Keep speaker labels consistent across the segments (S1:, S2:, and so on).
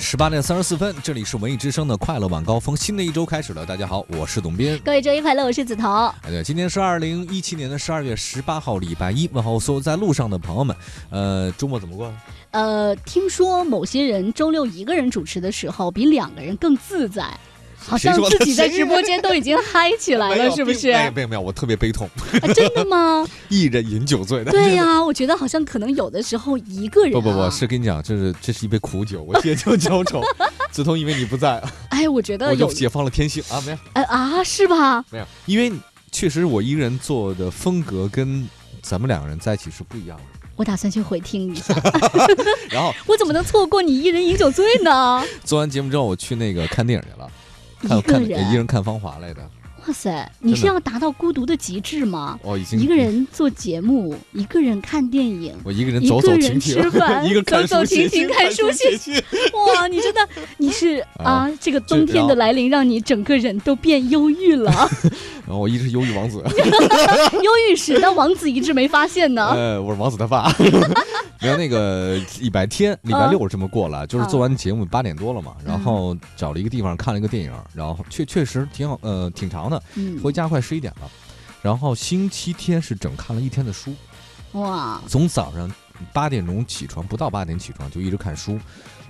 S1: 十八点三十四分，这里是文艺之声的快乐晚高峰，新的一周开始了。大家好，我是董斌。
S2: 各位周一快乐，我是子彤。
S1: 哎，对，今天是二零一七年的十二月十八号，礼拜一。问候所有在路上的朋友们，呃，周末怎么过？
S2: 呃，听说某些人周六一个人主持的时候，比两个人更自在，好像
S1: 谁说的
S2: 自己在直播间都已经嗨起来
S1: 没
S2: 了，
S1: 有
S2: 是不
S1: 并
S2: 是？
S1: 哎
S2: 啊
S1: 没有没有，我特别悲痛，
S2: 真的吗？
S1: 一人饮酒醉的。
S2: 对啊呀、我觉得好像可能有的时候一个人、啊，
S1: 不不不，是跟你讲，这是这是一杯苦酒，我借酒浇 愁。子彤，因为你不在，
S2: 哎，我觉得
S1: 我就
S2: 有，
S1: 解放了天性啊，没有
S2: 哎啊，是吧？
S1: 没有，因为确实我一个人做的风格跟咱们两个人在一起是不一样的。
S2: 我打算去回听一下，
S1: 然后
S2: 我怎么能错过你一人饮酒醉呢？
S1: 做完节目之后，我去那个看电影去了， 看
S2: 一个
S1: 看一
S2: 人，
S1: 人看《芳华》来的。
S2: 哇塞，你是
S1: 真的
S2: 要达到孤独的极致吗？
S1: 哦，已经
S2: 一个，人做节目，一个人看电影，
S1: 我一个人
S2: 一
S1: 走
S2: 个
S1: 走
S2: 人
S1: 停停
S2: 吃，饭，
S1: 一个看
S2: 走
S1: 书
S2: 走
S1: 写
S2: 停停
S1: 信，
S2: 看书
S1: 写
S2: 写。
S1: 信。
S2: 哇，你真的你是
S1: 啊
S2: 啊，这个冬
S1: 这
S2: 天
S1: 然后
S2: 的来临让你整个人都变忧 郁了，
S1: 然后我一直是忧郁王 子，
S2: 忧郁时但王子一直没发现呢。
S1: 呃，我是王子他爸。 没有那个礼拜天、礼
S2: 嗯
S1: 拜六我是这么过了，就是做完节目八点多了嘛，然后找了一个地方看了一个电影，然后确确实挺好，呃，挺长的，
S2: 嗯，
S1: 回家快十一点了。然后星期天是整看了一天的书，
S2: 哇，
S1: 从早上八点钟起床，不到八点起床就一直看书，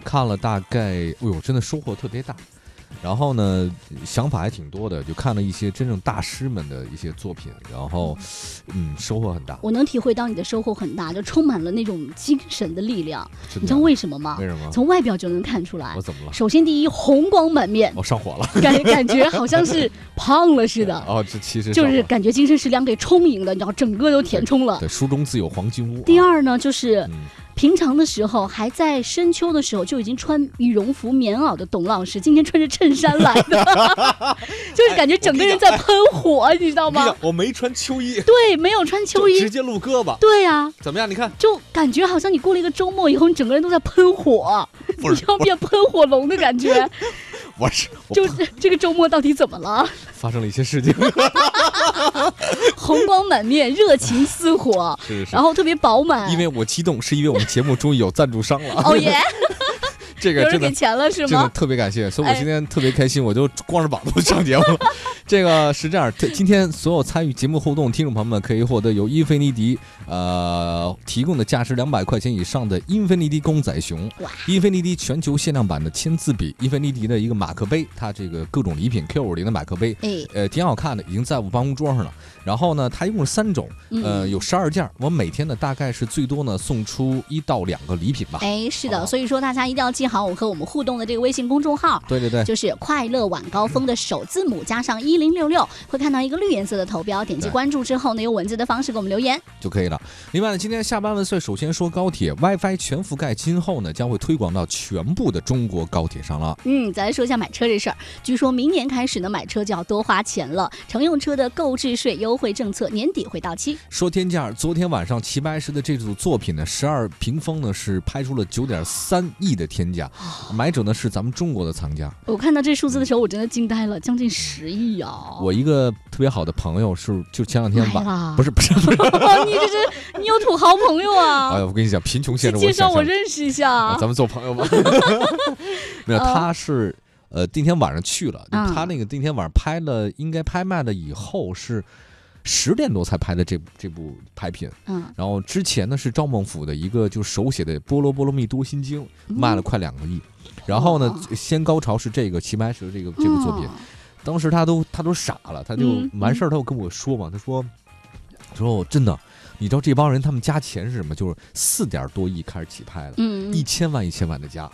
S1: 看了大概，哎呦，真的收获特别大。然后呢，想法还挺多的，就看了一些真正大师们的一些作品，然后，嗯，收获很 大。
S2: 我能体会到你的收获很大，就充满了那种精神的力量。
S1: 真的
S2: 你知道为什么吗？
S1: 为什么？
S2: 从外表就能看出来
S1: 我。怎么了？
S2: 首先，第一，红光满面，
S1: 我上火了。
S2: 感感觉好像是胖了似的，
S1: 哦，这其实
S2: 就是
S1: 上火
S2: 感觉精神食粮给充盈了，你知道，整个都填充了。
S1: 对书中自有黄金屋。
S2: 第
S1: 啊，
S2: 二呢，就是
S1: 嗯，
S2: 平常的时候，还在深秋的时候就已经穿羽绒服、棉袄的董老师，今天穿着衬衫来的， 就是感觉整个人在喷火，你知道
S1: 你
S2: 吗
S1: 想？我没穿秋衣，
S2: 对，没有穿秋
S1: 就
S2: 衣
S1: 直，接露胳膊，
S2: 对呀、
S1: 怎么样？你看，
S2: 就感觉好像你过了一个周末以后，你整个人都在喷火，
S1: 不
S2: 你
S1: 是
S2: 要变喷火龙的感觉。
S1: 我是我
S2: 就是这个周末到底怎么了？
S1: 发生了一些事情，
S2: 红光满面，热情似火，
S1: 是是是
S2: 然，后特别饱满
S1: 因。为我激动，是因为我们节目终于有赞助商了。
S2: 哦耶，
S1: 这
S2: 有
S1: 个
S2: 人
S1: 真
S2: 给
S1: 的
S2: 钱了是
S1: 真的
S2: 吗？哎
S1: 特别感谢，所以我今天特别开心，我就光着膀子 上节目。这个是这样，特今天所有参与节目互动听众朋友们可以获得由英菲尼迪呃提供的价值两百块钱以上的英菲尼迪公仔熊
S2: 哇、
S1: 英菲尼迪全球限量版的签字笔、英菲尼迪的一个马克杯，它这个各种礼品 Q 五零的马克杯。
S2: 哎，
S1: 呃，挺好看的，已经在我办公桌上了。然后呢，它一共是三种，呃，
S2: 嗯。
S1: 有十二件儿。我每天呢，大概是最多呢送出一到两个礼品吧。
S2: 哎，是
S1: 好
S2: 的，
S1: 不好
S2: 所以说大家一定要记好我们和我们互动的这个微信公 众号，
S1: 对对对，
S2: 就是“快乐晚高峰”的首字母加上一零六六，会看到一个绿颜色的头标，点击
S1: 对
S2: 关注之后呢，用文字的方式给我们留言。
S1: 就可以了。另外呢，今天下班万岁，首先说高铁 WiFi 全覆盖，今后呢将会推广到全部的中国高铁上了。
S2: 嗯，再来说一下买车这事儿，据说明年开始呢，买车就要多花钱了。乘用车的购置税优惠政策年底会到期。
S1: 说天价，昨天晚上齐白石的这组作品呢，十二屏风呢是拍出了九点三亿的天价，
S2: 啊
S1: 买者呢是咱们中国的藏家。
S2: 我看到这数字的时候，我真的惊呆了，将近十亿啊！
S1: 我一个特别好的朋友是，就前两天晚
S2: 买了
S1: 不是不是不是，
S2: 哎 你这是你有土豪朋友
S1: 哎
S2: 啊？
S1: 呀，我跟你讲，贫穷限制
S2: 介
S1: 我
S2: 绍
S1: 想
S2: 我
S1: 象。
S2: 认识一下
S1: 啊，咱们做朋友 吧。 没有，
S2: 啊
S1: 他是呃那天晚上去了，
S2: 嗯
S1: 他那个那天晚上拍了，应该拍卖了以后是十点多才拍的这部这部拍品，
S2: 嗯，
S1: 然后之前呢是赵孟俯的一个就手写的《波罗波罗蜜多心经》，
S2: 嗯
S1: 卖了快两个亿。然后呢，先高潮是这个齐白石的这个这部作品，
S2: 哦嗯
S1: 当时他都他都傻了，他就
S2: 嗯
S1: 完事儿，他就跟我说嘛，他说，他说我真的，你知道这帮人他们加钱是什么？就是四点多亿开始起拍的，
S2: 嗯，
S1: 一千万一千万的加，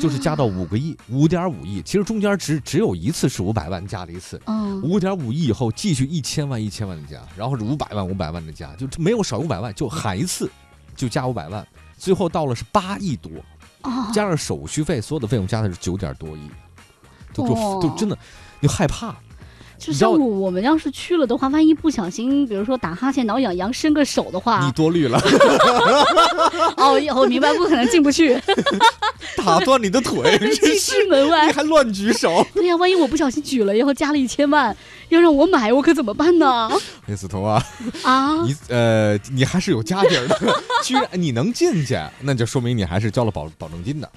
S1: 就是加到五个亿，五点五亿。其实中间只只有一次是五百万加了一次，
S2: 嗯，
S1: 五点五亿以后继续一千万一千万的加，然后是五百万五百万的加，就没有少五百万，就喊一次就加五百万，最后到了是八亿多，
S2: 哦
S1: 加上手续费，所有的费用加的是九点多亿，就
S2: 哦
S1: 就就真的你害怕。
S2: 就
S1: 你知道
S2: 像我我们要是去了的话，万一不小心，比如说打哈欠、挠痒痒、伸个手的
S1: 你
S2: 话，
S1: 多虑了，
S2: 哦，以后明白不可能进不去，
S1: 打断 你的 腿，真
S2: 拒
S1: 是
S2: 之门
S1: 你
S2: 外。
S1: 还乱举 手。
S2: 对呀、万一我不小心举了以后加了一千万，要让我买，我可怎么办呢？
S1: 哎，子彤啊，
S2: 啊，
S1: 你呃，你 还是有家底儿的，居然你能进去，那就说明你还是交了保保证金的。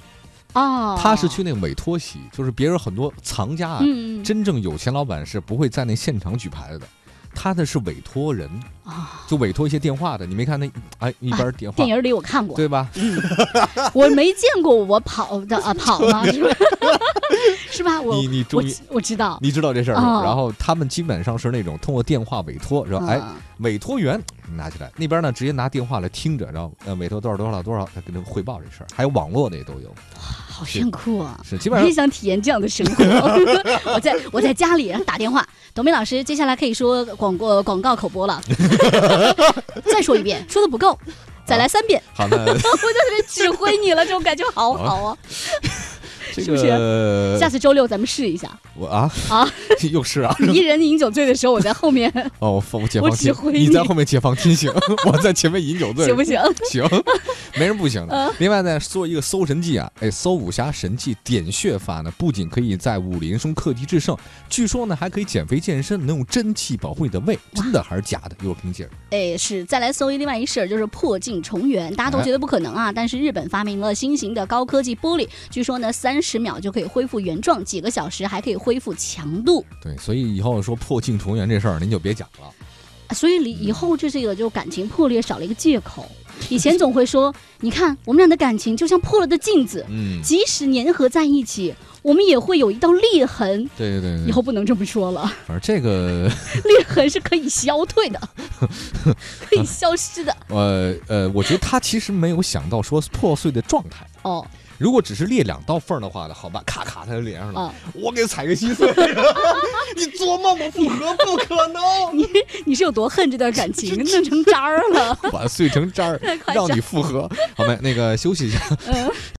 S2: 哦，
S1: 他是去那委托席，就是别人很多藏家啊，
S2: 嗯，嗯
S1: 真正有钱老板是不会在那现场举牌子的，他那是委托人，
S2: 啊，
S1: 就委托一些电话的。你没看那哎一边电话、
S2: 电影里我看过，
S1: 对吧？
S2: 我没见过我跑的啊跑了，是吧？ 是吧？我
S1: 你你
S2: 我
S1: 终于
S2: 知我知道，
S1: 你知道这事儿了。
S2: 哦
S1: 然后他们基本上是那种通过电话委托，说哎
S2: 嗯
S1: 委托员拿起来，那边呢直接拿电话来听着，然后呃委托多少多少多少，跟他汇报这事儿。还有网络的也都有，
S2: 好炫酷啊！
S1: 是基
S2: 我
S1: 本上
S2: 也想体验这样的生活。我在我在家里打电话，董明老师，接下来可以说广告广告口播了。再说一遍，说的不够，再来三遍，
S1: 好那
S2: 指挥你了，这种感觉好
S1: 好呃
S2: 好啊！
S1: 这
S2: 是不
S1: 个
S2: 下次周六咱们试一下，
S1: 我啊
S2: 啊
S1: 又是啊
S2: 你一人饮酒醉的时候，我在后面，
S1: 哦我放我解
S2: 我
S1: 放
S2: 指
S1: 天
S2: 挥，
S1: 你在
S2: 你
S1: 后面解放天行， 我在前面饮酒醉
S2: 行不行？ 嗯
S1: 行， 没人不行的。另外呢，做一个搜神记啊，哎，搜武侠神记点穴法呢，不仅可以在武林中克敌制胜，据说呢还可以减肥健身，能用真气保护你的胃，真的还是假的？有凭借。
S2: 哎，是再来搜一另外一事儿，就是破镜重圆，大家都觉得不可能啊，但是日本发明了新型的高科技玻璃，据说呢三十秒就可以恢复原状，几个小时还可以恢复强度。
S1: 对，所以以后说破镜重圆这事儿您就别讲了。
S2: 所以离以后这是一个就感情破裂少了一个借口。以前总会说，你看我们俩的感情就像破了的镜子，
S1: 嗯，
S2: 即使粘合在一起，我们也会有一道裂痕。
S1: 对对对
S2: 以
S1: 对，
S2: 后不能这么说了，
S1: 反正这个
S2: 裂痕是可以消退的，可以消失的。
S1: 呃呃，我觉得他其实没有想到说破碎的状态。
S2: 哦，
S1: 如果只是裂两道缝儿的话呢，好吧，咔咔他就脸上了，
S2: 哦
S1: 我给踩个稀碎。 你做梦吧，不可不可 能。
S2: 你你是有多恨这段感情，弄成渣儿了？
S1: 把它碎成渣儿
S2: 太，夸张
S1: 让你复合。好没？那个休息一下，
S2: 嗯